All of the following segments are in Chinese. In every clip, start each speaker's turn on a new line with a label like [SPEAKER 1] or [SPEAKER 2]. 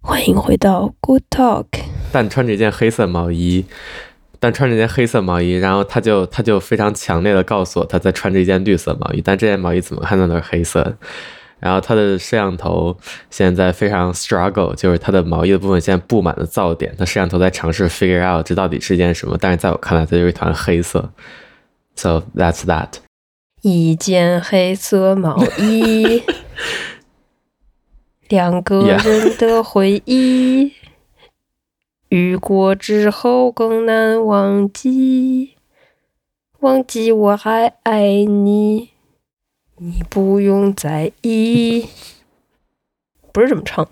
[SPEAKER 1] 欢迎回到 Good Talk。
[SPEAKER 2] 但穿着一件黑色毛衣，但穿着一件黑色毛衣，然后他就他就非常强烈的告诉我他在穿着一件绿色毛衣，但这件毛衣怎么看到都是黑色的。然后他的摄像头现在非常 struggle，就是他的毛衣的部分现在布满了噪点，他摄像头在尝试 figure out 这到底是件什么，但是在我看来，它就是一团黑色。So that's that。
[SPEAKER 1] 一件黑色毛衣，两个
[SPEAKER 2] Yeah
[SPEAKER 1] 人的回忆雨过之后更难忘记，忘记我还爱你，你不用在意。不是这么唱，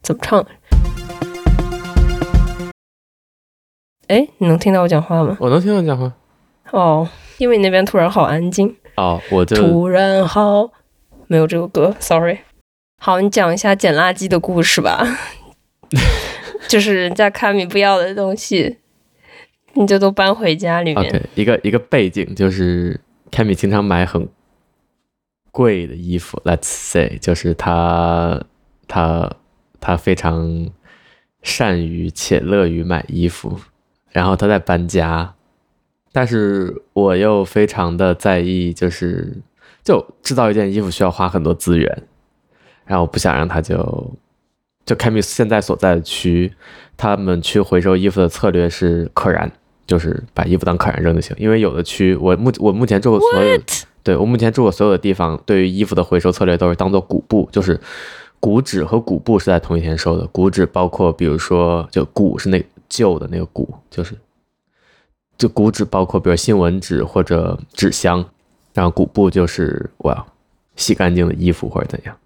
[SPEAKER 1] 怎么唱？哎，你能听到我讲话吗？
[SPEAKER 2] 我能听到你讲话
[SPEAKER 1] 哦，因为你那边突然好安静。
[SPEAKER 2] 哦，我就
[SPEAKER 1] 突然好，没有这个歌，sorry。好，你讲一下捡垃圾的故事吧， 就是人家卡米不要的东西，你就都搬回家里面。
[SPEAKER 2] OK 一个一个背景就是凯米经常买很贵的衣服，Let's say，就是他他他非常善于且乐于买衣服，然后他在搬家，但是我又非常的在意，就是就制造一件衣服需要花很多资源，然后我不想让他就。就凯米现在所在的区，他们去回收衣服的策略是可燃，就是把衣服当可燃扔就行。因为有的区，我目我目前住过所有
[SPEAKER 1] What？
[SPEAKER 2] 对我目前住过所有的地方，对于衣服的回收策略都是当做谷布，就是谷纸和谷布是在同一天收的。谷纸包括比如说，就谷是那个旧的那个谷，就是就谷纸包括比如新闻纸或者纸箱，然后谷布就是哇洗干净的衣服或者怎样。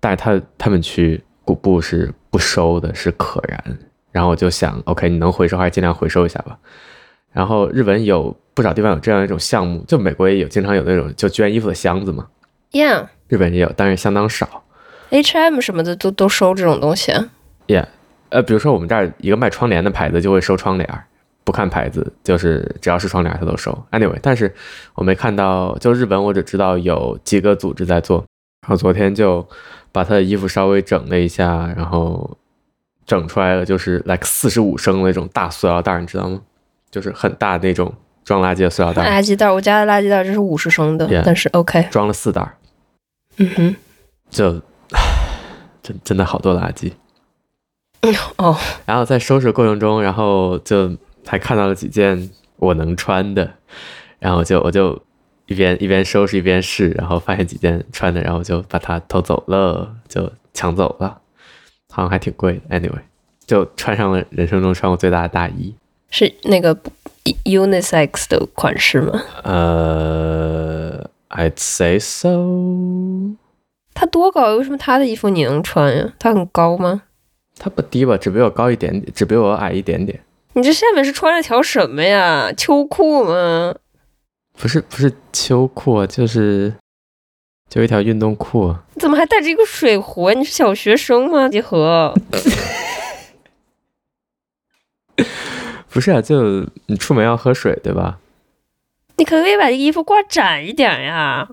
[SPEAKER 2] 但是他他们去古布是不收的，是可燃。然后我就想，OK，你能回收还是尽量回收一下吧。然后日本有不少地方有这样一种项目，就美国也有，经常有那种就捐衣服的箱子嘛，
[SPEAKER 1] Yeah，H
[SPEAKER 2] 日本也有，但是相当少。
[SPEAKER 1] M 什么的都都收这种东西啊。
[SPEAKER 2] Yeah，呃，比如说我们这儿一个卖窗帘的牌子就会收窗帘儿，不看牌子，就是只要是窗帘儿他都收。Anyway，但是我没看到，就日本我只知道有几个组织在做，然后昨天就把他的衣服稍微整了一下，然后整出来了，就是 like 四十五升的那种大塑料袋儿，你知道吗？就是很大那种装垃圾的塑料袋儿，
[SPEAKER 1] 垃圾袋，我家的垃圾袋就是五十升的
[SPEAKER 2] Yeah
[SPEAKER 1] 但是 OK，
[SPEAKER 2] 装了四袋儿，
[SPEAKER 1] 嗯哼，
[SPEAKER 2] 就 真真的好多垃圾。
[SPEAKER 1] 哦，
[SPEAKER 2] 然后在收拾过程中，然后就还看到了几件我能穿的，然后就我就一边一边收拾一边试，然后发现几件穿的，然后就把它偷走了，就抢走了，好像还挺贵的。Anyway，就穿上了人生中穿过最大的大衣，
[SPEAKER 1] 是那个 unisex 的款式吗？
[SPEAKER 2] 呃，I'd say so，
[SPEAKER 1] 他多高？为什么他的衣服你能穿呀、他很高吗？
[SPEAKER 2] 它不低吧，只比我高一点点，只比我矮一点点，
[SPEAKER 1] 你这下面是穿了条什么呀？秋裤吗？
[SPEAKER 2] 不是不是秋裤啊，就是就一条运动裤啊。
[SPEAKER 1] 怎么还带着一个水壶？啊你是小学生吗？集合，
[SPEAKER 2] 不是啊，就你出门要喝水，对吧？
[SPEAKER 1] 你可不可以把这个衣服挂展一点呀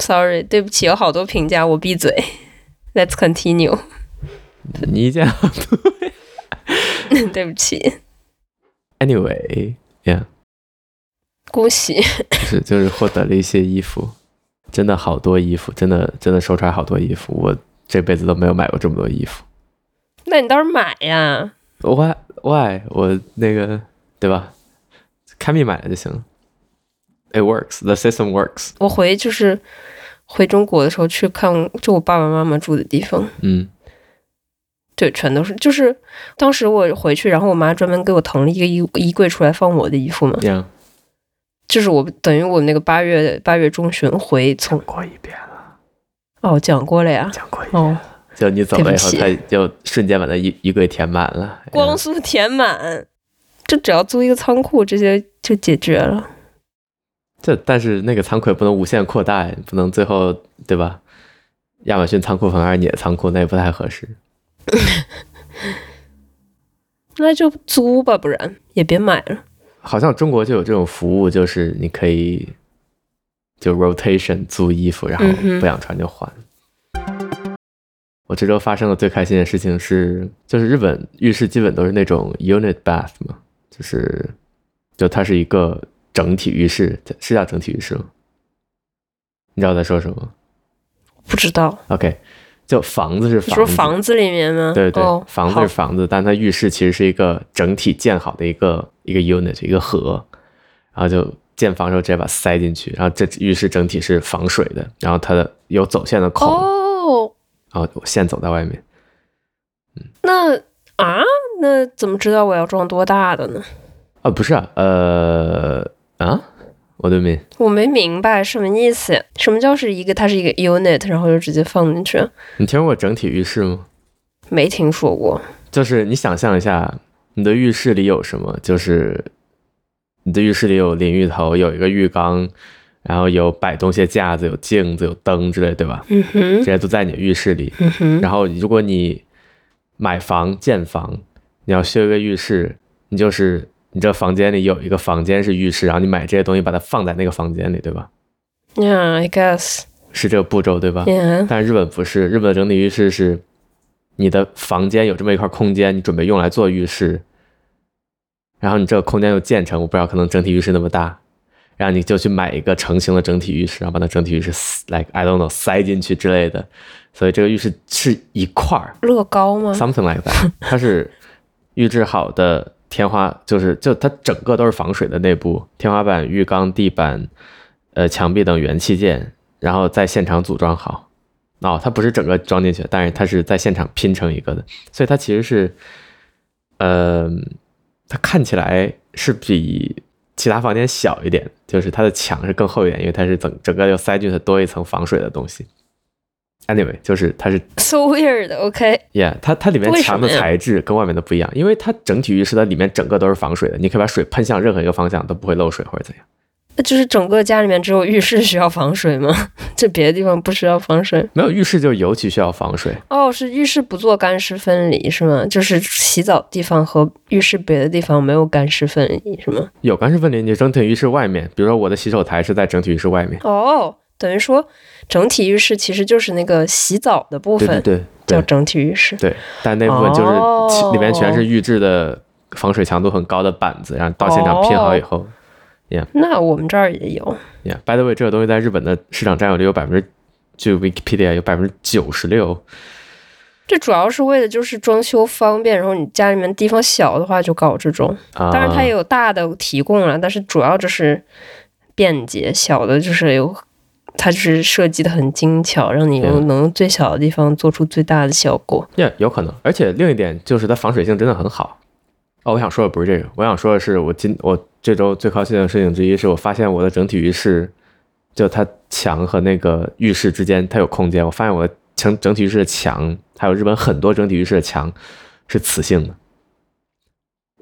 [SPEAKER 1] ？Sorry，对不起，有好多评价，我闭嘴。Let's continue，
[SPEAKER 2] 你一件
[SPEAKER 1] 对不起，
[SPEAKER 2] ，anyway，
[SPEAKER 1] 恭喜。
[SPEAKER 2] 就是就是获得了一些衣服，真的好多衣服，真的真的收出来好多衣服，我这辈子都没有买过这么多衣服。
[SPEAKER 1] 那你倒是买呀，
[SPEAKER 2] Why why 我那个对吧？开密买了就行了。It works, the system works。
[SPEAKER 1] 我回就是回中国的时候去看，就我爸爸妈妈住的地方，
[SPEAKER 2] 嗯，
[SPEAKER 1] 对，全都是，就是当时我回去，然后我妈专门给我腾了一个衣衣柜出来放我的衣服嘛，
[SPEAKER 2] 这样
[SPEAKER 1] 就是我等于我那个八月八月中旬回从
[SPEAKER 2] 过一遍了，
[SPEAKER 1] 哦讲过了呀，
[SPEAKER 2] 讲过一遍。
[SPEAKER 1] 哦，
[SPEAKER 2] 就你走了以后，
[SPEAKER 1] 对不
[SPEAKER 2] 他就瞬间把那衣衣柜填满了。
[SPEAKER 1] 光速填满，就只要租一个仓库，这些就解决了。
[SPEAKER 2] 这但是那个仓库也不能无限扩大，不能最后对吧？亚马逊仓库反而是你的仓库，那也不太合适。
[SPEAKER 1] 那就租吧，不然也别买了。
[SPEAKER 2] 好像中国就有这种服务，就是你可以就 rotation 租衣服，然后
[SPEAKER 1] 嗯哼
[SPEAKER 2] 不想穿就换。我这周发生的最开心的事情是，就是日本浴室基本都是那种 unit bath 嘛，就是就它是一个整体浴室，是叫整体浴室吗？你知道我在说什么吗
[SPEAKER 1] 不知道，
[SPEAKER 2] ？OK，就房子是
[SPEAKER 1] 你
[SPEAKER 2] 房
[SPEAKER 1] 说
[SPEAKER 2] 子，
[SPEAKER 1] 房子里面吗？
[SPEAKER 2] 对对，
[SPEAKER 1] 哦、
[SPEAKER 2] 房子
[SPEAKER 1] 好
[SPEAKER 2] 是房子，但它浴室其实是一个整体建好的一个一个 unit 一个盒，然后就建房的时候直接把它塞进去，然后这浴室整体是防水的，然后它的有走线的孔，
[SPEAKER 1] 哦，
[SPEAKER 2] 然后线走在外面。
[SPEAKER 1] 那啊，那怎么知道我要装多大的呢？
[SPEAKER 2] 啊，不是啊，呃啊，我对面
[SPEAKER 1] 我没明白什么意思，什么叫是一个它是一个 unit，然后就直接放进去？
[SPEAKER 2] 你听说过整体浴室吗？
[SPEAKER 1] 没听说过。
[SPEAKER 2] 就是你想象一下，你的浴室里有什么？就是你的浴室里有淋浴头，有一个浴缸，然后有摆东西的架子，有镜子，有灯之类，对吧？
[SPEAKER 1] 嗯
[SPEAKER 2] 这
[SPEAKER 1] 哼，
[SPEAKER 2] 些都在你的浴室里。
[SPEAKER 1] 嗯哼，
[SPEAKER 2] 然后如果你买房建房，你要修一个浴室，你就是你这房间里有一个房间是浴室，然后你买这些东西把它放在那个房间里，对吧？
[SPEAKER 1] yeah, I guess,
[SPEAKER 2] 是这个步骤对吧？
[SPEAKER 1] yeah，
[SPEAKER 2] 但日本不是，日本的整体浴室是你的房间有这么一块空间，你准备用来做浴室，然后你这个空间又建成，我不知道可能整体浴室那么大，然后你就去买一个成型的整体浴室，然后把那整体浴室塞 like I don't know 塞进去之类的，所以这个浴室是一块儿
[SPEAKER 1] 乐高吗？
[SPEAKER 2] something like that，它是预制好的天花，就是就它整个都是防水的内部，天花板、浴缸、地板、呃墙壁等元器件，然后在现场组装好。哦，它不是整个装进去，但是它是在现场拼成一个的，所以它其实是，呃，它看起来是比其他房间小一点，就是它的墙是更厚一点，因为它是整整个又塞进去多一层防水的东西。Anyway，就是它是
[SPEAKER 1] So weird. OK，
[SPEAKER 2] Yeah，它它里面
[SPEAKER 1] 为什
[SPEAKER 2] 墙
[SPEAKER 1] 么
[SPEAKER 2] 的
[SPEAKER 1] 呀
[SPEAKER 2] 材质跟外面的不一样，因为它整体浴室它里面整个都是防水的，你可以把水喷向任何一个方向都不会漏水或者怎样。
[SPEAKER 1] 那就是整个家里面只有浴室需要防水吗？ 这别的地方不需要防水？
[SPEAKER 2] 没有浴室就尤其需要防水，
[SPEAKER 1] 哦，是浴室不做干湿分离是吗？就是洗澡地方和浴室别的地方没有干湿分离是吗？
[SPEAKER 2] 有干湿分离，你整体浴室外面，比如说我的洗手台是在整体浴室外面，
[SPEAKER 1] 哦，等于说整体浴室其实就是那个洗澡的部
[SPEAKER 2] 对
[SPEAKER 1] 分
[SPEAKER 2] 对对
[SPEAKER 1] 叫
[SPEAKER 2] 对
[SPEAKER 1] 整体浴室。
[SPEAKER 2] 对，但那部分就是、
[SPEAKER 1] 哦
[SPEAKER 2] 其里面全是预制的防水强度很高的板子，然后到现场
[SPEAKER 1] 哦
[SPEAKER 2] 拼好以后、
[SPEAKER 1] 那我们这儿也有
[SPEAKER 2] y e a h By the way，这个东西在日本的市场占有率有百分之，据 Wikipedia 有百分之九十六。
[SPEAKER 1] 这主要是为了就是装修方便，然后你家里面地方小的话就搞这种。
[SPEAKER 2] 啊
[SPEAKER 1] 当然它也有大的提供了，但是主要就是便捷，小的就是有它就是设计的很精巧，让你
[SPEAKER 2] 对
[SPEAKER 1] 用能用最小的地方做出最大的效果。
[SPEAKER 2] 也、有可能。而且另一点就是它防水性真的很好。哦，我想说的不是这个，我想说的是我今我这周最高兴的事情之一是我发现我的整体浴室，就它墙和那个浴室之间它有空间，我发现我的整整体浴室的墙，还有日本很多整体浴室的墙是磁性的，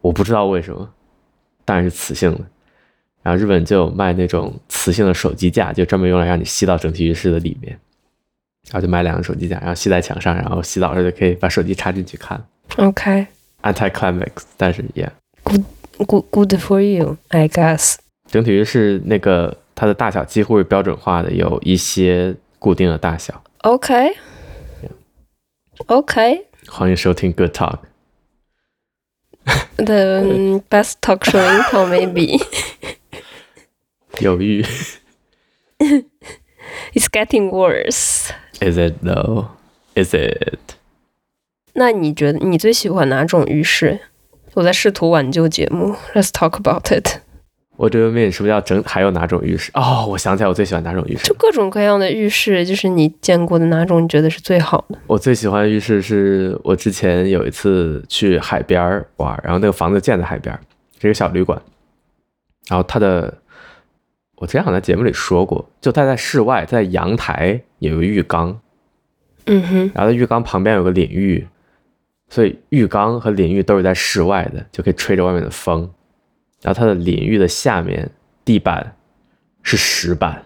[SPEAKER 2] 我不知道为什么，但是磁性的。然后日本就有卖那种磁性的手机架，就专门用来让你吸到整体浴室的里面。然后就买两个手机架，然后吸在墙上，然后洗澡的时候就可以把手机插进去看。
[SPEAKER 1] OK。
[SPEAKER 2] Anti-climax，但是也、
[SPEAKER 1] Good, good for you, I guess。
[SPEAKER 2] 整体浴室那个它的大小几乎是标准化的，有一些固定的大小。
[SPEAKER 1] OK, OK,
[SPEAKER 2] 欢迎收听 Good Talk。
[SPEAKER 1] the best talk show in town, maybe.
[SPEAKER 2] 有欲
[SPEAKER 1] It's getting worse.
[SPEAKER 2] ，Is it though? Is it？
[SPEAKER 1] 那你觉得你最喜欢哪种浴室？我在试图挽救节目，Let's talk about it。
[SPEAKER 2] 我这边面是不是要整？还有哪种浴室？哦，我想起来，我最喜欢哪种浴室
[SPEAKER 1] 就。各种各样的浴室，就是你见过的哪种你觉得是最好的？
[SPEAKER 2] 我最喜欢的浴室是我之前有一次去海边儿玩儿，然后那个房子建在海边儿，是一个小旅馆。然后它的，我之前好像在节目里说过，就它在室外，在阳台有个浴缸，
[SPEAKER 1] 嗯哼，
[SPEAKER 2] 然后在浴缸旁边有个淋浴，所以浴缸和淋浴都是在室外的，就可以吹着外面的风。然后它的淋浴的下面地板是石板，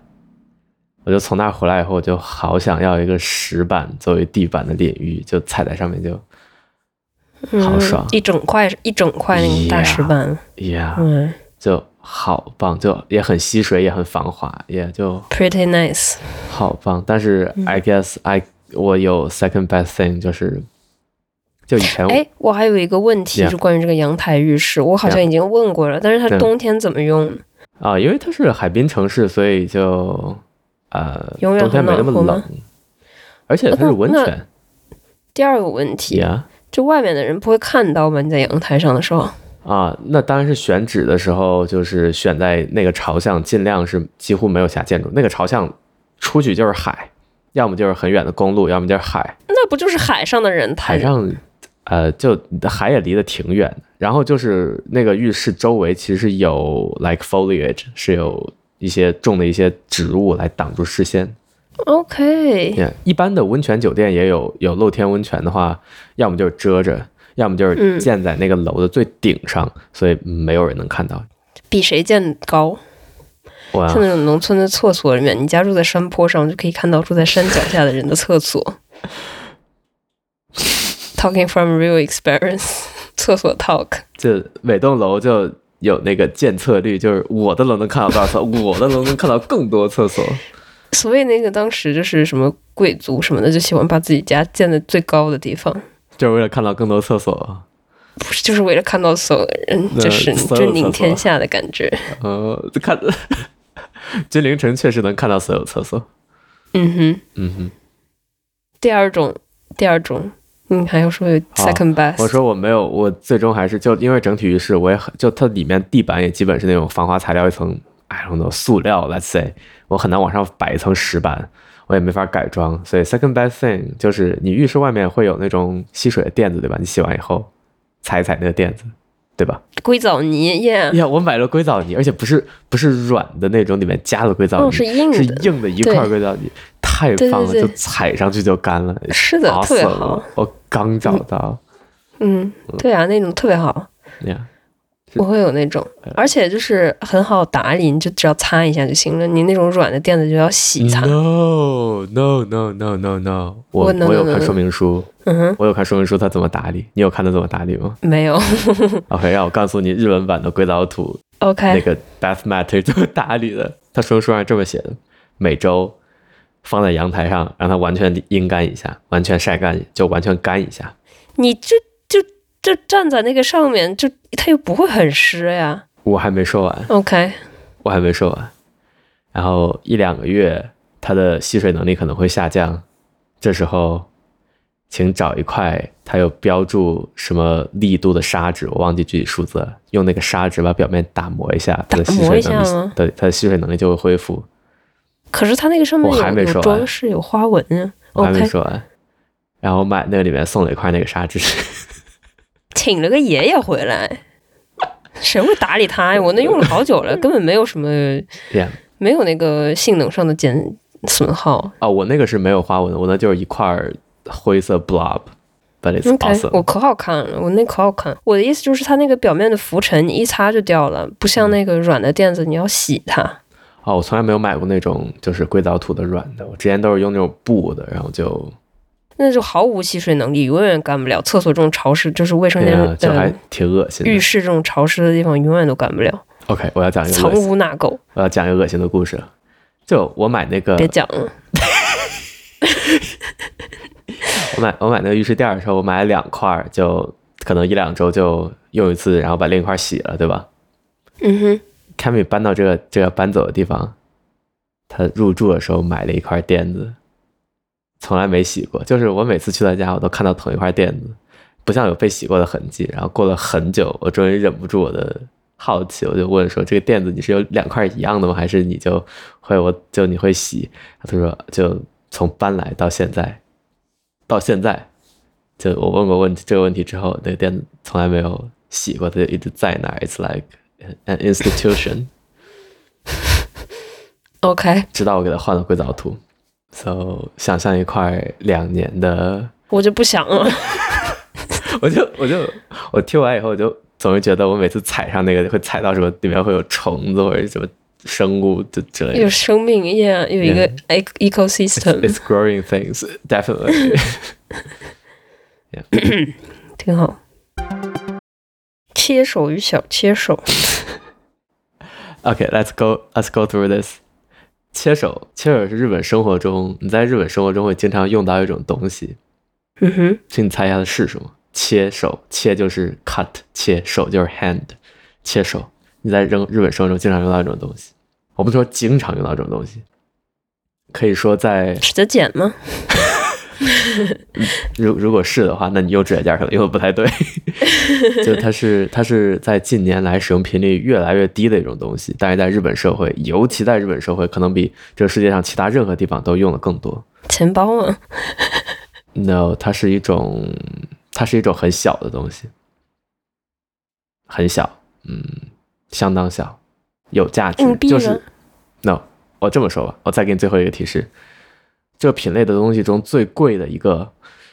[SPEAKER 2] 我就从那儿回来以后，我就好想要一个石板作为地板的淋浴，就踩在上面就
[SPEAKER 1] 嗯
[SPEAKER 2] 好爽
[SPEAKER 1] 一整块一整块那个大石板
[SPEAKER 2] 呀
[SPEAKER 1] 嗯
[SPEAKER 2] 就好棒，就也很吸水，也很防滑，也就
[SPEAKER 1] ，pretty nice。
[SPEAKER 2] 好棒。但是 I guess I 我有 second best thing，就是就以前
[SPEAKER 1] 哎，我还有一个问题
[SPEAKER 2] Yeah
[SPEAKER 1] 是关于这个阳台浴室，我好像已经问过了，但是它
[SPEAKER 2] Yeah
[SPEAKER 1] 冬天怎么用？
[SPEAKER 2] 啊，因为它是海滨城市，所以就呃，
[SPEAKER 1] 永远
[SPEAKER 2] 冬天
[SPEAKER 1] 很哦
[SPEAKER 2] 没那么
[SPEAKER 1] 暖和吗
[SPEAKER 2] 冷，而且它是温
[SPEAKER 1] 那
[SPEAKER 2] 泉
[SPEAKER 1] 第二个问题，
[SPEAKER 2] 呀
[SPEAKER 1] 就外面的人不会看到吗？你在阳台上的时候，
[SPEAKER 2] 啊。那当然是选址的时候，就是选在那个朝向，尽量是几乎没有下建筑，那个朝向出去就是海，要么就是很远的公路，要么就是海。
[SPEAKER 1] 那不就是海上的人
[SPEAKER 2] 海
[SPEAKER 1] 看？
[SPEAKER 2] 上呃，就海也离得挺远的，然后就是那个浴室周围其实有 like foliage，是有一些种的一些植物来挡住视线。
[SPEAKER 1] OK，
[SPEAKER 2] Yeah，一般的温泉酒店也有有露天温泉的话，要么就是遮着，要么就
[SPEAKER 1] 嗯
[SPEAKER 2] 是建在那个楼的最顶上，所以没有人能看到。
[SPEAKER 1] 比谁建高？
[SPEAKER 2] 哇
[SPEAKER 1] 像那种农村的厕所里面，你家住在山坡上，就可以看到住在山脚下的人的厕所。Talking from real experience，厕 所 talk。
[SPEAKER 2] 这每栋楼就有那个建测率，就是我的楼能看到多少厕 所，我的楼能看到更多厕所。
[SPEAKER 1] 所以那个当时就是什么贵族什么的，就喜欢把自己家建在最高的地方，
[SPEAKER 2] 就是为了看到更多厕所，
[SPEAKER 1] 不是就是为了看到所有人，
[SPEAKER 2] 那
[SPEAKER 1] 就是
[SPEAKER 2] 所有
[SPEAKER 1] 就
[SPEAKER 2] 厕所
[SPEAKER 1] 领天下的感觉。
[SPEAKER 2] 呃，看 金陵城确实能看到所有厕所。
[SPEAKER 1] 嗯哼，
[SPEAKER 2] 嗯哼，
[SPEAKER 1] 第二种，第二种，你还要说有 second best，
[SPEAKER 2] 我说我没有，我最终还是就因为整体浴室，我也很就它里面地板也基本是那种防滑材料一层，I 哎 don't know 塑料，Let's say，我很难往上摆一层石板，我也没法改装，所以 second best thing 就是你浴室外面会有那种吸水的垫子，对吧？你洗完以后踩一踩那个垫子，对吧？
[SPEAKER 1] 硅藻泥耶，
[SPEAKER 2] 呀，我买了硅藻泥，而且不是不是软的那种，里面加了硅藻泥，
[SPEAKER 1] 哦，是硬
[SPEAKER 2] 是
[SPEAKER 1] 的，
[SPEAKER 2] 硬的一块
[SPEAKER 1] 对
[SPEAKER 2] 硅藻泥，太
[SPEAKER 1] 对对
[SPEAKER 2] 棒了，
[SPEAKER 1] 对
[SPEAKER 2] 就踩上去就干了，
[SPEAKER 1] 是的，特别
[SPEAKER 2] awesome
[SPEAKER 1] 好。
[SPEAKER 2] 我刚找到
[SPEAKER 1] 嗯，对啊，那种特别好，
[SPEAKER 2] 呀。是
[SPEAKER 1] 我会有那种，而且就是很好打理，你就只要擦一下就行了。你那种软的垫子就要洗擦。
[SPEAKER 2] No no no no no no，我
[SPEAKER 1] 我能
[SPEAKER 2] 我有
[SPEAKER 1] 能
[SPEAKER 2] 看
[SPEAKER 1] 能
[SPEAKER 2] 说明书，
[SPEAKER 1] 嗯哼，
[SPEAKER 2] 我有看说明书，它怎么打理？你有看它怎么打理 吗
[SPEAKER 1] 没有。
[SPEAKER 2] ？OK，让我告诉你日文版的硅藻土
[SPEAKER 1] OK，
[SPEAKER 2] 那个 bath mat 是怎么打理的。它说明书上这么写的：每周放在阳台上，让它完全阴干一下，完全晒干，就完全干一下。
[SPEAKER 1] 你就就就站在那个上面，就它又不会很湿呀。
[SPEAKER 2] 我还没说完，
[SPEAKER 1] OK，
[SPEAKER 2] 我还没说完。然后一两个月，它的吸水能力可能会下降，这时候，请找一块它有标注什么力度的砂纸，我忘记具体数字了，用那个砂纸把表面打磨一下，它的吸
[SPEAKER 1] 打磨
[SPEAKER 2] 水
[SPEAKER 1] 一下
[SPEAKER 2] 能力
[SPEAKER 1] 吗，
[SPEAKER 2] 对，它的吸水能力就会恢复。
[SPEAKER 1] 可是它那个上面
[SPEAKER 2] 我还
[SPEAKER 1] 有
[SPEAKER 2] 没说
[SPEAKER 1] 有
[SPEAKER 2] 完
[SPEAKER 1] 装饰，有花纹啊。
[SPEAKER 2] 我还没
[SPEAKER 1] OK，
[SPEAKER 2] 说完，然后买那个里面送了一块那个砂纸，
[SPEAKER 1] 请了个爷爷回来，谁会打理它呀？我那用了好久了，根本没有什么
[SPEAKER 2] 这样。
[SPEAKER 1] 没有那个性能上的减损耗。
[SPEAKER 2] 哦，我那个是没有花纹的，我那就是一块儿灰色 blob，but it's
[SPEAKER 1] OK，
[SPEAKER 2] awesome。
[SPEAKER 1] 我可好看了，我那可好看。我的意思就是，它那个表面的浮尘，你一擦就掉了，不
[SPEAKER 2] 嗯
[SPEAKER 1] 像那个软的垫子，你要洗它。
[SPEAKER 2] 哦，我从来没有买过那种就是硅藻土的软的，我之前都是用那种布的，然后就
[SPEAKER 1] 那就毫无吸水能力，永远干不了。厕所这种潮湿，就是卫生
[SPEAKER 2] 对
[SPEAKER 1] 间、
[SPEAKER 2] 哎呀、就还
[SPEAKER 1] 呃
[SPEAKER 2] 挺恶心
[SPEAKER 1] 浴
[SPEAKER 2] 的。
[SPEAKER 1] 室这种潮湿的地方，永远都干不了。
[SPEAKER 2] OK，我要讲一个
[SPEAKER 1] 藏
[SPEAKER 2] 恶心，
[SPEAKER 1] 污纳垢，
[SPEAKER 2] 我要讲一个恶心的故事。就我买那个，
[SPEAKER 1] 别讲了。
[SPEAKER 2] 我买我买那个浴室垫儿的时候，我买了两块儿，就可能一两周就用一次，然后把另一块儿洗了，对吧
[SPEAKER 1] 嗯哼，
[SPEAKER 2] c a m i 搬到这个这个搬走的地方，他入住的时候买了一块垫子，从来没洗过。就是我每次去他家，我都看到同一块垫子，不像有被洗过的痕迹。然后过了很久，我终于忍不住我的好奇，我就问说：“这个垫子你是有两块一样的吗？还是你就会我就你会洗？”他说：“就从搬来到现在，到现在，就我问过问题这个问题之后，那个垫子从来没有洗过，它就一直在那儿。It's like an institution。”
[SPEAKER 1] ，OK，
[SPEAKER 2] 直到我给它换了硅藻土。So 想象一块两年的，
[SPEAKER 1] 我就不想了。
[SPEAKER 2] 我就我就我听完以后，我就总是觉得我每次踩上那个会踩到什么里面会有虫子或者什么生物就之类
[SPEAKER 1] 有
[SPEAKER 2] 的。
[SPEAKER 1] 生命，yeah，有一个 ec- ecosystem，
[SPEAKER 2] It's growing things, definitely.
[SPEAKER 1] 挺好。切手与小切手，
[SPEAKER 2] Okay, let's go. Let's go through this. 切手，切手是日本生活中你在日本生活中会经常用到一种东西，
[SPEAKER 1] 嗯哼，
[SPEAKER 2] 请你猜一下它是什么？切手，切就是 cut，切手就是 hand，切手。你在扔日本生活中经常用到这种东西，我不说经常用到这种东西，可以说在
[SPEAKER 1] 指甲剪吗？
[SPEAKER 2] 如如果是的话，那你右指甲尖可能用的不太对，就它是它是在近年来使用频率越来越低的一种东西，但是在日本社会，尤其在日本社会，可能比这个世界上其他任何地方都用的更多。
[SPEAKER 1] 钱包啊吗？
[SPEAKER 2] No，它是一种，它是一种很小的东西，很小，嗯，相当小，有价值
[SPEAKER 1] 硬，币
[SPEAKER 2] 就
[SPEAKER 1] 呢
[SPEAKER 2] 是 No，我这么说吧，我再给你最后一个提示，这品类的东西中最贵的一个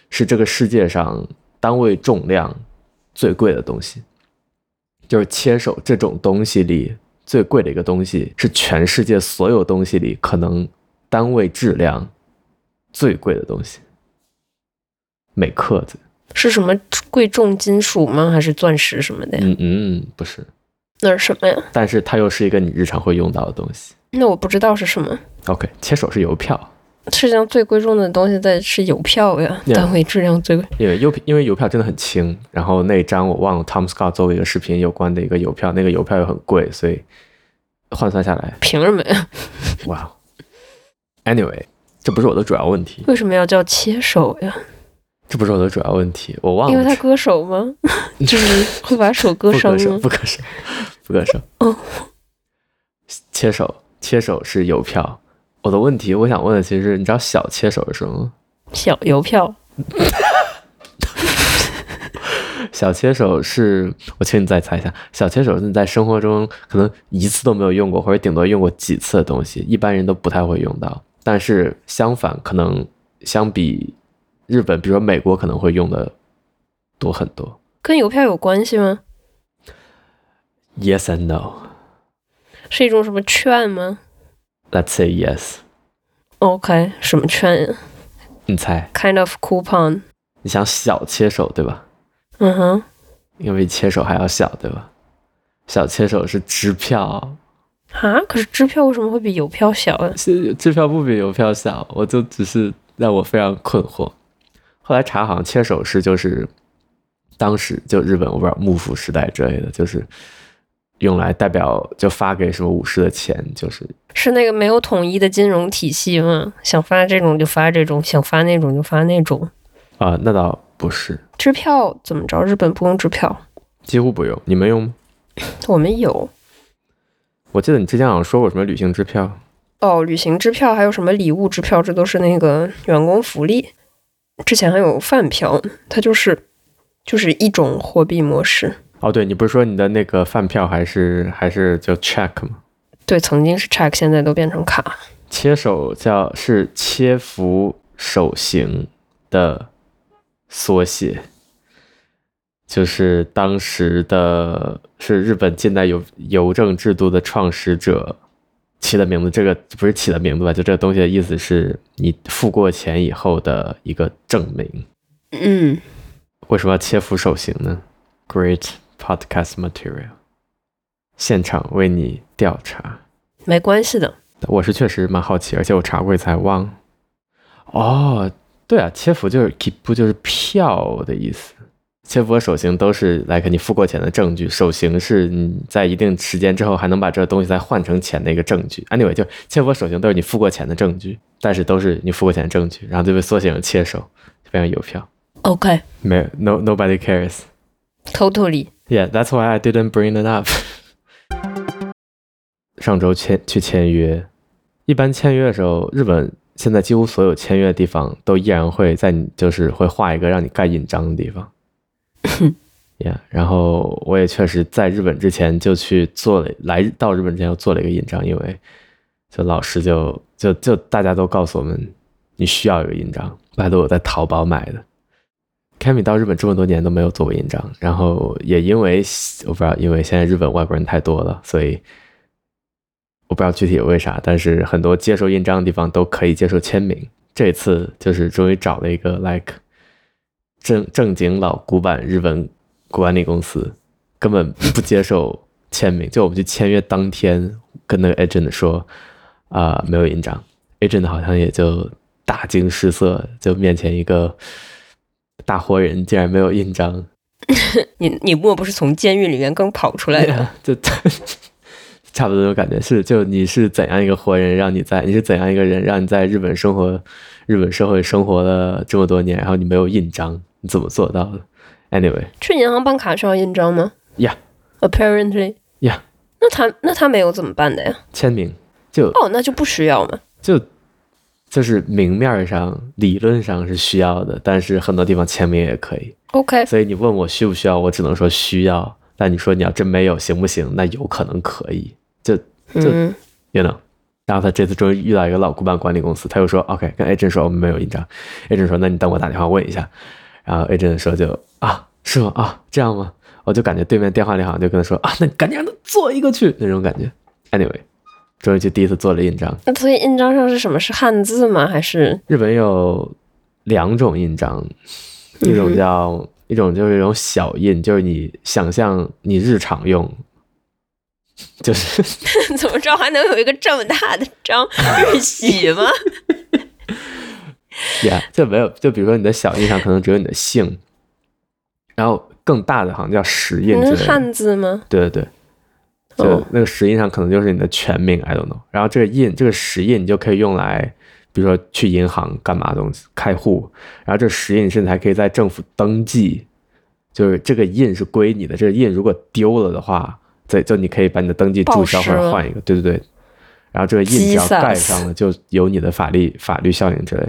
[SPEAKER 2] 是这个世界上单位重量最贵的东西，就是切手这种东西里最贵的一个东西，是全世界所有东西里可能单位质量最贵的东西。每克子，
[SPEAKER 1] 是什么贵重金属吗？还是钻石什么的呀？
[SPEAKER 2] 嗯嗯，不是，
[SPEAKER 1] 那是什么呀？
[SPEAKER 2] 但是它又是一个你日常会用到的东西。
[SPEAKER 1] 那我不知道是什么。
[SPEAKER 2] OK，切手是邮票，
[SPEAKER 1] 世界上最贵重的东西在是邮票呀
[SPEAKER 2] Yeah
[SPEAKER 1] 单位质量最贵。
[SPEAKER 2] 因为邮因为邮票真的很轻，然后那张我忘了 Tom Scott 做过一个视频有关的一个邮票，那个邮票又很贵，所以换算下来，
[SPEAKER 1] 凭什么呀？
[SPEAKER 2] 哇、Anyway，这不是我的主要问题，
[SPEAKER 1] 为什么要叫切手呀？
[SPEAKER 2] 这不是我的主要问题，我忘
[SPEAKER 1] 因
[SPEAKER 2] 了
[SPEAKER 1] 为他割手吗？ 就是 会把手割
[SPEAKER 2] 不
[SPEAKER 1] 伤
[SPEAKER 2] 可
[SPEAKER 1] 吗
[SPEAKER 2] 手，？不可手，不可手。
[SPEAKER 1] 哦，
[SPEAKER 2] 切手，切手是邮票。我的问题，我想问的其实是，你知道小切手是什么吗？
[SPEAKER 1] 小邮票
[SPEAKER 2] 小切手是，我请你再猜一下，小切手是你在生活中可能一次都没有用过，或者顶多用过几次的东西，一般人都不太会用到。但是相反，可能相比日本，比如说美国，可能会用的多很多。
[SPEAKER 1] 跟邮票有关系吗？
[SPEAKER 2] Yes and no.
[SPEAKER 1] 是一种什么券吗
[SPEAKER 2] Let's say yes.
[SPEAKER 1] ？OK，什么券呀
[SPEAKER 2] 你猜，
[SPEAKER 1] ？Kind of coupon。
[SPEAKER 2] 你想小切手对吧？
[SPEAKER 1] 嗯哼，
[SPEAKER 2] 因为切手还要小对吧？小切手是支票，
[SPEAKER 1] 啊，可是支票为什么会比邮票小呀？
[SPEAKER 2] 是支票不比邮票小，我就只是让我非常困惑。后来查好像切手是就是当时就日本我不知道幕府时代之类的，就是用来代表就发给什么武士的钱，就是
[SPEAKER 1] 是那个没有统一的金融体系吗？想发这种就发这种，想发那种就发那种。
[SPEAKER 2] 啊、那倒不是，
[SPEAKER 1] 支票怎么着？日本不用支票，
[SPEAKER 2] 几乎不用。你们用吗？
[SPEAKER 1] 我们有
[SPEAKER 2] 我记得你之前好像说过什么旅行支票，
[SPEAKER 1] 哦。旅行支票还有什么礼物支票，这都是那个员工福利。之前还有饭票，它就是就是一种货币模式。
[SPEAKER 2] 哦，对你不是说你的那个饭票还是还是就 check 吗？
[SPEAKER 1] 对，曾经是 check，现在都变成卡。
[SPEAKER 2] 切手叫是切腹手型的缩写，就是当时的是日本近代邮邮政制度的创始者起的名字。这个不是起的名字吧？就这个东西的意思是你付过钱以后的一个证明。
[SPEAKER 1] 嗯，
[SPEAKER 2] 为什么要切腹手型呢？Great podcast material，现场为你调查。
[SPEAKER 1] 没关系的。
[SPEAKER 2] 我是确实蛮好奇，而且我查过一次还忘了。哦，对啊，切符就是 keep 不就是票的意思。切符和手型都是来看你付过钱的证据，手型是你在一定时间之后还能把这个东西再换成钱的一个证据。Anyway，就切符和手型都是你付过钱的证据，但是都是你付过钱的证据，然后就被缩写成切手，就变成邮票。
[SPEAKER 1] OK，totally、
[SPEAKER 2] 没有，no nobody cares。Yeah, that's why I didn't bring it up 。上周签去签约，一般签约的时候，日本现在几乎所有签约的地方都依然会在你就是会画一个让你盖印章的地方。yeah，然后我也确实在日本之前就去做了，来到日本之前又做了一个印章，因为就老师就就就大家都告诉我们，你需要一个印章。拜托，我在淘宝买的。Kami 到日本这么多年都没有做过印章，然后也因为我不知道，因为现在日本外国人太多了，所以我不知道具体为啥，但是很多接受印章的地方都可以接受签名。这次就是终于找了一个 like 正正经老古板日本管理公司，根本不接受签名。就我们去签约当天，跟那个 agent 说，啊、没有印章。Agent 好像也就大惊失色，就面前一个大活人竟然没有印章，
[SPEAKER 1] 你你莫不是从监狱里面刚跑出来的？
[SPEAKER 2] 就差不多的感觉是，就你是怎样一个活人，让你在你是怎样一个人，让你在日本生活，日本社会生活了这么多年，然后你没有印章，你怎么做到的？Anyway，
[SPEAKER 1] 去银行办卡需要印章吗
[SPEAKER 2] Yeah.
[SPEAKER 1] Apparently.
[SPEAKER 2] Yeah.
[SPEAKER 1] 那他那他没有怎么办的呀？
[SPEAKER 2] 签名就
[SPEAKER 1] 哦，那就不需要嘛。
[SPEAKER 2] 就就是明面上理论上是需要的，但是很多地方签名也可以。
[SPEAKER 1] OK，
[SPEAKER 2] 所以你问我需不需要，我只能说需要。但你说你要真没有行不行？那有可能可以就
[SPEAKER 1] 嗯，
[SPEAKER 2] ，you know。然后他这次终于遇到一个老古板管理公司，他又说 OK，跟 agent 说我们没有印章，agent 说那你等我打电话问一下。然后 agent 说就啊是吗啊这样吗？我就感觉对面电话里好像就跟他说啊那赶紧让他做一个去那种感觉。Anyway，终于就第一次做了印章。
[SPEAKER 1] 那所以印章上是什么？是汉字吗？还是
[SPEAKER 2] 日本有两种印章，
[SPEAKER 1] 嗯哼
[SPEAKER 2] 一种叫、一种就是一种小印，就是你想象你日常用，就是
[SPEAKER 1] 怎么着还能有一个这么大的章日喜 吗？
[SPEAKER 2] 呀，这没有，就比如说你的小印上可能只有你的姓，然后更大的好像叫实印之
[SPEAKER 1] 那
[SPEAKER 2] 类
[SPEAKER 1] 是
[SPEAKER 2] 的，
[SPEAKER 1] 嗯汉字吗？
[SPEAKER 2] 对对对。就
[SPEAKER 1] 哦
[SPEAKER 2] 那个实印上可能就是你的全名，I don't know。然后这个印，这个实印你就可以用来，比如说去银行干嘛东西，开户。然后这实印甚至还可以在政府登记，就是这个印是归你的。这个印如果丢了的话，对，就你可以把你的登记注销
[SPEAKER 1] 报失
[SPEAKER 2] 或者换一个，对对对。然后这个印只要
[SPEAKER 1] Jesus
[SPEAKER 2] 盖上了，就有你的法律法律效应之类。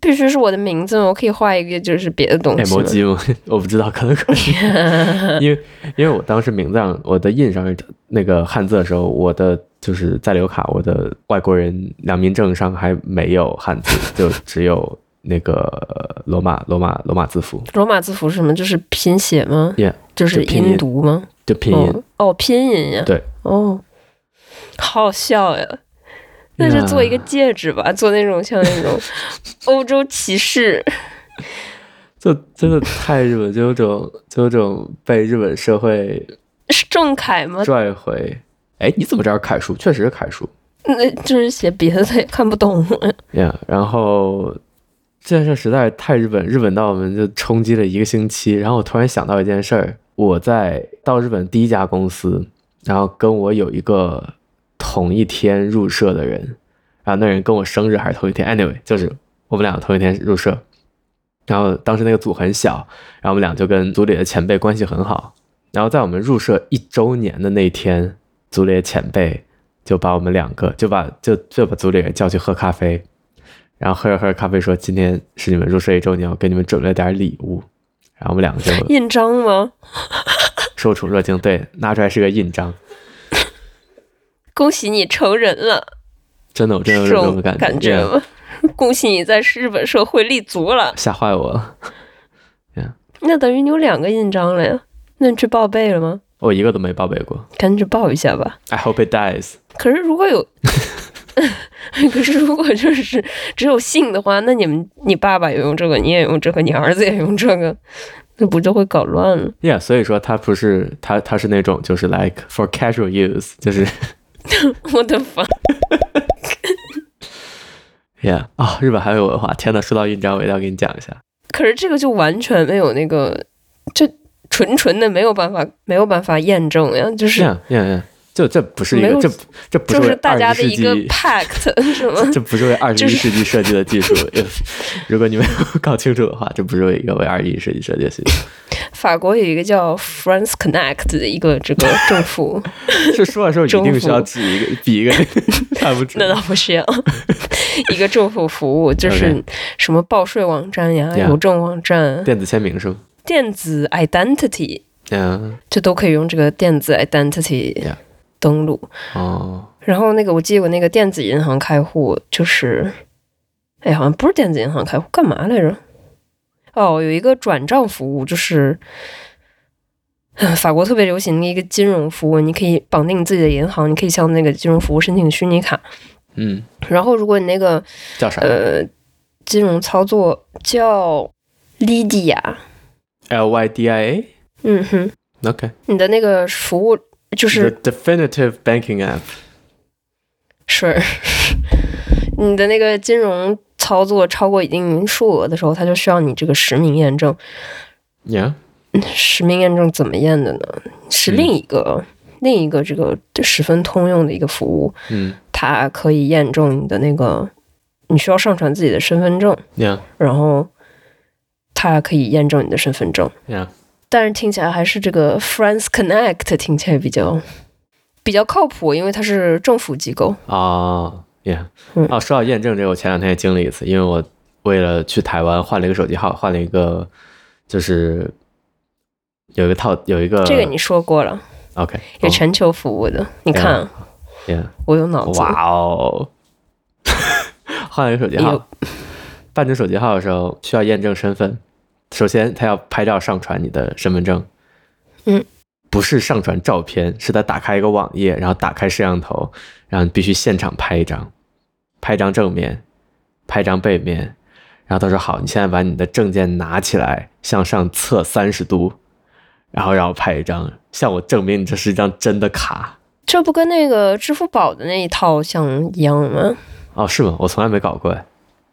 [SPEAKER 1] 必须是我的名字吗？我可以画一个就是别的东
[SPEAKER 2] 哎，
[SPEAKER 1] 西
[SPEAKER 2] 摩
[SPEAKER 1] 吗？
[SPEAKER 2] 机吗？我不知道，可能可以。 因为因为我当时名字上我的印上是那个汉字的时候，我的就是在留卡，我的外国人良民证上还没有汉字，就只有那个呃罗马罗马罗马字符，
[SPEAKER 1] 罗马字符是什么？就是拼写吗
[SPEAKER 2] Yeah，
[SPEAKER 1] 就是
[SPEAKER 2] 就拼音
[SPEAKER 1] 音读吗？
[SPEAKER 2] 就拼音。
[SPEAKER 1] 哦哦，拼音呀、
[SPEAKER 2] 对，
[SPEAKER 1] 哦，好好笑呀！那就做一个
[SPEAKER 2] 呀
[SPEAKER 1] 戒指吧，做那种像那 种欧洲骑士。
[SPEAKER 2] 就真的太日本，就有种就有种被日本社会
[SPEAKER 1] 是郑恺吗？
[SPEAKER 2] 拽回。哎，你怎么知道是楷书？确实是楷书。
[SPEAKER 1] 那就是写别的，他也看不懂。
[SPEAKER 2] 呀然后这件事实在是太日本，日本到我们就冲击了一个星期。然后我突然想到一件事儿，我在到日本第一家公司，然后跟我有一个同一天入社的人，然后那人跟我生日还是同一天，anyway，就是我们俩同一天入社。然后当时那个组很小，然后我们俩就跟组里的前辈关系很好。然后在我们入社一周年的那天，组里的前辈就把我们两个就把就就把组里人叫去喝咖啡，然后喝着喝着咖啡说：“今天是你们入社一周年，我给你们准备了点礼物。”然后我们两个就
[SPEAKER 1] 印章吗？
[SPEAKER 2] 受宠若惊，对，拿出来是个印章，
[SPEAKER 1] 恭喜你成人了，
[SPEAKER 2] 真的，我真的有
[SPEAKER 1] 是这
[SPEAKER 2] 这种
[SPEAKER 1] 种
[SPEAKER 2] 感觉，
[SPEAKER 1] 感觉
[SPEAKER 2] yeah，
[SPEAKER 1] 吗？ 恭喜你在日本社会立足了，
[SPEAKER 2] 吓坏我了。
[SPEAKER 1] 那等于你有两个印章了呀。那你去报备了吗？
[SPEAKER 2] 我一个都没报备过。
[SPEAKER 1] 赶紧去报一下吧。
[SPEAKER 2] I hope it dies。
[SPEAKER 1] 可是如果有， 可是如果就是只有姓的话，那你们你爸爸也用这个，你也用这个，你儿子也用这个，那不就会搞乱了？
[SPEAKER 2] Yeah，所以说它不是它，它是那种就是 like for casual use，就是
[SPEAKER 1] 嗯我的妈！
[SPEAKER 2] yeah 啊、日本还有文化。天呐，说到印章，我一定要给你讲一下。
[SPEAKER 1] 可是这个就完全没有那个，这纯纯的没有办法，没有办法验证呀，就是
[SPEAKER 2] Yeah yeah yeah，就这不是一
[SPEAKER 1] 没
[SPEAKER 2] 个
[SPEAKER 1] 有
[SPEAKER 2] 这这啊不
[SPEAKER 1] 就
[SPEAKER 2] 为
[SPEAKER 1] 是大家
[SPEAKER 2] 二
[SPEAKER 1] 的
[SPEAKER 2] 十世
[SPEAKER 1] 一 个
[SPEAKER 2] 纪
[SPEAKER 1] pact 什 么。
[SPEAKER 2] 这不是为二十
[SPEAKER 1] 就
[SPEAKER 2] 一
[SPEAKER 1] 是
[SPEAKER 2] 世纪设计 的技术。If- 如果你没有搞清楚的话，这不是为一个为二十一世纪设计的技 术。
[SPEAKER 1] 法国有一个叫 France Connect 的一个这个政 府，
[SPEAKER 2] 这说的时候一定
[SPEAKER 1] 征
[SPEAKER 2] 需要
[SPEAKER 1] 服
[SPEAKER 2] 指一个比一 个看不准
[SPEAKER 1] 那。倒不是 呀，一个政府服务就是
[SPEAKER 2] OK
[SPEAKER 1] 什么报税网站呀、
[SPEAKER 2] Yeah
[SPEAKER 1] 邮政网站、
[SPEAKER 2] 电子签名是吗？
[SPEAKER 1] 电子 identity，
[SPEAKER 2] 嗯，
[SPEAKER 1] 就都可以用这个电子 identity
[SPEAKER 2] Yeah
[SPEAKER 1] 登录。
[SPEAKER 2] 哦，
[SPEAKER 1] 然后那个我记得我那个电子银行开户就是，哎，好像不是电子银行开户，干嘛来着？哦，有一个转账服务，就是嗯法国特别流行的一个金融服务，你可以绑定你自己的银行，你可以向那个金融服务申请虚拟卡。
[SPEAKER 2] 嗯，
[SPEAKER 1] 然后如果你那个
[SPEAKER 2] 叫啥
[SPEAKER 1] 呃金融操作叫 Lydia，
[SPEAKER 2] ？L Y D I A。
[SPEAKER 1] 嗯哼，
[SPEAKER 2] OK，
[SPEAKER 1] 你的那个服务就是
[SPEAKER 2] The definitive banking app。
[SPEAKER 1] 是 你的那个金融操作超过一定数额的时候，它就需要你这个实名验证。
[SPEAKER 2] Yeah，
[SPEAKER 1] 实名验证怎么验的呢？是另一个、另一个这个十分通用的一个服务，
[SPEAKER 2] 嗯
[SPEAKER 1] 它可以验证你的那个，你需要上传自己的身份证，
[SPEAKER 2] ，Yeah
[SPEAKER 1] 然后它可以验证你的身份证。
[SPEAKER 2] Yeah，
[SPEAKER 1] 但是听起来还是这个 France Connect 听起来比较比较靠谱，因为它是政府机构。
[SPEAKER 2] 啊，Yeah，
[SPEAKER 1] 嗯
[SPEAKER 2] 啊，说到验证这个，我前两天也经历一次，因为我为了去台湾换了一个手机号，换了一个就是有一个套有一个
[SPEAKER 1] 这个你说过了，
[SPEAKER 2] OK，
[SPEAKER 1] 给
[SPEAKER 2] 哦
[SPEAKER 1] 全球服务的。你看啊，
[SPEAKER 2] Yeah。
[SPEAKER 1] 我有脑子。
[SPEAKER 2] 哎哇哦！换了一个手机
[SPEAKER 1] 有
[SPEAKER 2] 号，办这手机号的时候需要验证身份。首先，他要拍照上传你的身份证。
[SPEAKER 1] 嗯，
[SPEAKER 2] 不是上传照片，是他打开一个网页，然后打开摄像头，然后你必须现场拍一张，拍一张正面，拍一张背面。然后他说：“好，你现在把你的证件拿起来，向上侧三十度，然后让我拍一张，向我证明你这是一张真的卡。”
[SPEAKER 1] 这不跟那个支付宝的那一套像一样吗？
[SPEAKER 2] 哦，是吗？我从来没搞过，哎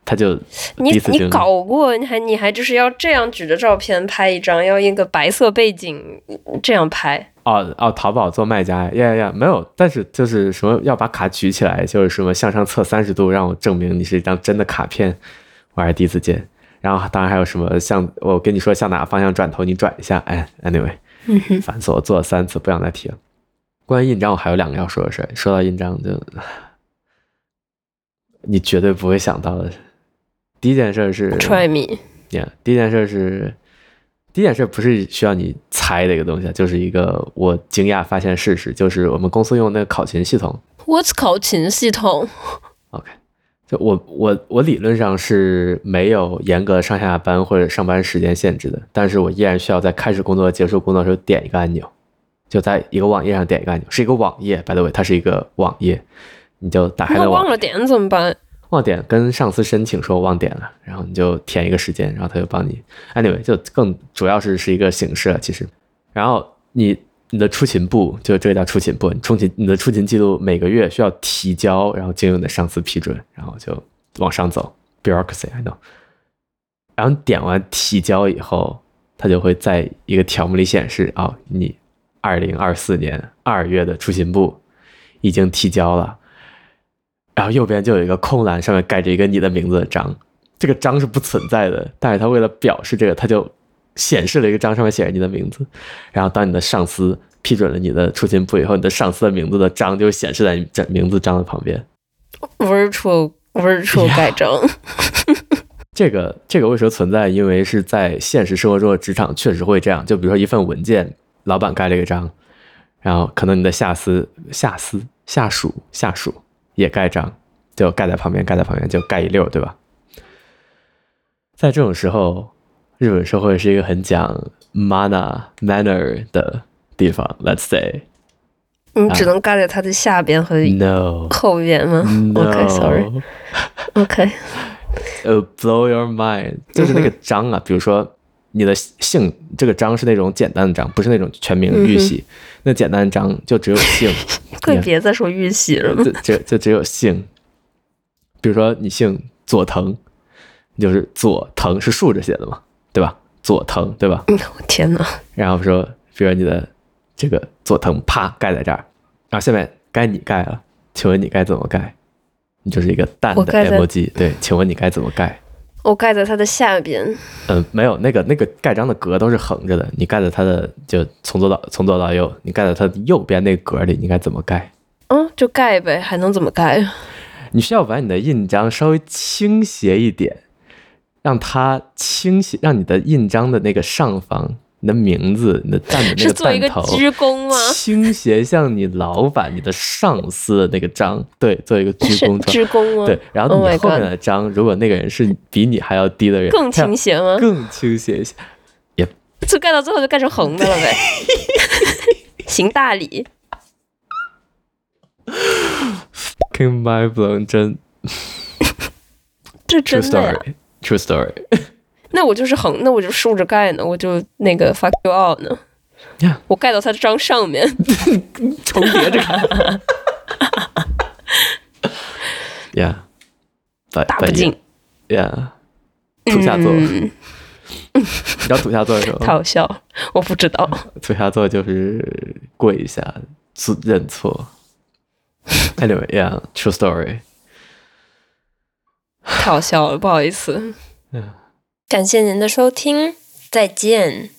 [SPEAKER 2] 他就
[SPEAKER 1] 你
[SPEAKER 2] 第一次经
[SPEAKER 1] 你
[SPEAKER 2] 历
[SPEAKER 1] 搞过，你还你还就是要这样举着照片拍一张，要一个白色背景这样拍。
[SPEAKER 2] 哦哦，淘宝做卖家，呀呀呀，没有，但是就是什么要把卡举起来，就是什么向上侧三十度，让我证明你是一张真的卡片，我还是第一次见。然后当然还有什么向我跟你说向哪个方向转头，你转一下，哎，anyway，
[SPEAKER 1] 嗯哼，
[SPEAKER 2] 烦死我，做了三次，不想再提了。关于印章，我还有两个要说的事儿。说到印章就，你绝对不会想到的，第一件事是
[SPEAKER 1] try me。
[SPEAKER 2] Yeah，第一件事是，第一件事不是需要你猜的一个东西，啊，就是一个我惊讶发现事实，就是我们公司用那个考勤系统。
[SPEAKER 1] What's 考勤系统？
[SPEAKER 2] OK，就我我我理论上是没有严格的上下班或者上班时间限制的，但是我依然需要在开始工作、结束工作的时候点一个按钮，就在一个网页上点一个按钮，是一个网页，by the way，它是一个网页，你就打开
[SPEAKER 1] 那
[SPEAKER 2] 了网
[SPEAKER 1] 忘了点怎么办？
[SPEAKER 2] 忘点跟上司申请说忘点了，然后你就填一个时间，然后他就帮你。Anyway，就更主要是是一个形式了，其实。然后你你的出勤部，就这个叫出勤部，你出勤你的出勤记录每个月需要提交，然后经由你的上司批准，然后就往上走。Bureaucracy，I know。然后你点完提交以后，它就会在一个条目里显示啊、哦，你二零二四年二月的出勤部已经提交了。然后右边就有一个空栏，上面盖着一个你的名字的章。这个章是不存在的，但是他为了表示这个，他就显示了一个章，上面写着你的名字。然后当你的上司批准了你的出勤部以后，你的上司的名字的章就显示在你这名字章的旁边。
[SPEAKER 1] virtual virtual
[SPEAKER 2] 呀
[SPEAKER 1] 盖章。
[SPEAKER 2] 这个这个为什么存在？因为是在现实生活中的职场确实会这样。就比如说一份文件，老板盖了一个章，然后可能你的下司、下司、下属、下属也盖章，就盖在旁边，盖在旁边就盖一溜儿，对吧？在这种时候，日本社会是一个很讲 mana manner 的地方。Let's say
[SPEAKER 1] 你只能盖在它的下边和
[SPEAKER 2] no
[SPEAKER 1] 后边吗
[SPEAKER 2] 嗯 no。
[SPEAKER 1] ？OK，sorry。OK，
[SPEAKER 2] 呃，blow your mind，就 是那个章啊，比如说你的姓，这个章是那种简单的章，不是那种全
[SPEAKER 1] 嗯
[SPEAKER 2] 名玉玺，那简单的章就只有 姓，
[SPEAKER 1] 可以
[SPEAKER 2] Yeah
[SPEAKER 1] 别再说玉玺了吗？
[SPEAKER 2] 就只就只有姓。比如说你姓佐藤，你就是佐藤是竖着写的嘛，对吧？佐藤对吧？
[SPEAKER 1] 嗯我天哪！
[SPEAKER 2] 然后说，比如你的这个佐藤啪盖在这儿，然后下面该你盖了，请问你该怎么盖？你就是一个蛋
[SPEAKER 1] 我
[SPEAKER 2] 的
[SPEAKER 1] 盖在
[SPEAKER 2] emoji，对，请问你该怎么盖？
[SPEAKER 1] 我盖在它的下边，
[SPEAKER 2] 嗯，没有，那个那个盖章的格都是横着的，你盖在它的就从左到从左到右，你盖在它的右边那个格里，你该怎么盖？
[SPEAKER 1] 嗯，就盖呗，还能怎么盖？
[SPEAKER 2] 你需要把你的印章稍微倾斜一点，让它倾斜，让你的印章的那个上方，你的名字，你的蛋的那
[SPEAKER 1] 是做一
[SPEAKER 2] 蛋
[SPEAKER 1] 个
[SPEAKER 2] 头，
[SPEAKER 1] 鞠躬吗？
[SPEAKER 2] 倾斜向你老板、你的上司的那个章，对，做一个鞠
[SPEAKER 1] 是
[SPEAKER 2] 躬状。
[SPEAKER 1] 鞠躬吗？
[SPEAKER 2] 对，然后
[SPEAKER 1] Oh
[SPEAKER 2] 你
[SPEAKER 1] my
[SPEAKER 2] 后面
[SPEAKER 1] God
[SPEAKER 2] 的章，如果那个人是比你还要低的人，
[SPEAKER 1] 更
[SPEAKER 2] 他要
[SPEAKER 1] 倾斜吗？
[SPEAKER 2] 更倾斜一些。
[SPEAKER 1] 就盖到最后就盖成横的了 呗。行大礼，
[SPEAKER 2] King my blown，真
[SPEAKER 1] 这
[SPEAKER 2] true
[SPEAKER 1] 真的呀？
[SPEAKER 2] story，true story。
[SPEAKER 1] 那我就是横，那我就竖着盖呢，我就那个 fuck you out 呢。
[SPEAKER 2] 呀
[SPEAKER 1] 我盖到它章上面，
[SPEAKER 2] 重叠着看。Yeah， but
[SPEAKER 1] 打不
[SPEAKER 2] but
[SPEAKER 1] 进，
[SPEAKER 2] yeah，土下座，
[SPEAKER 1] 嗯，
[SPEAKER 2] 你知道土下座是什么
[SPEAKER 1] 太
[SPEAKER 2] 吗？
[SPEAKER 1] 好笑了，我不知道，
[SPEAKER 2] 土下座就是跪一下，自 认错。Anyway，yeah，true story。
[SPEAKER 1] 太好笑了，不好意思
[SPEAKER 2] 嗯。
[SPEAKER 1] 感谢您的收听，再见。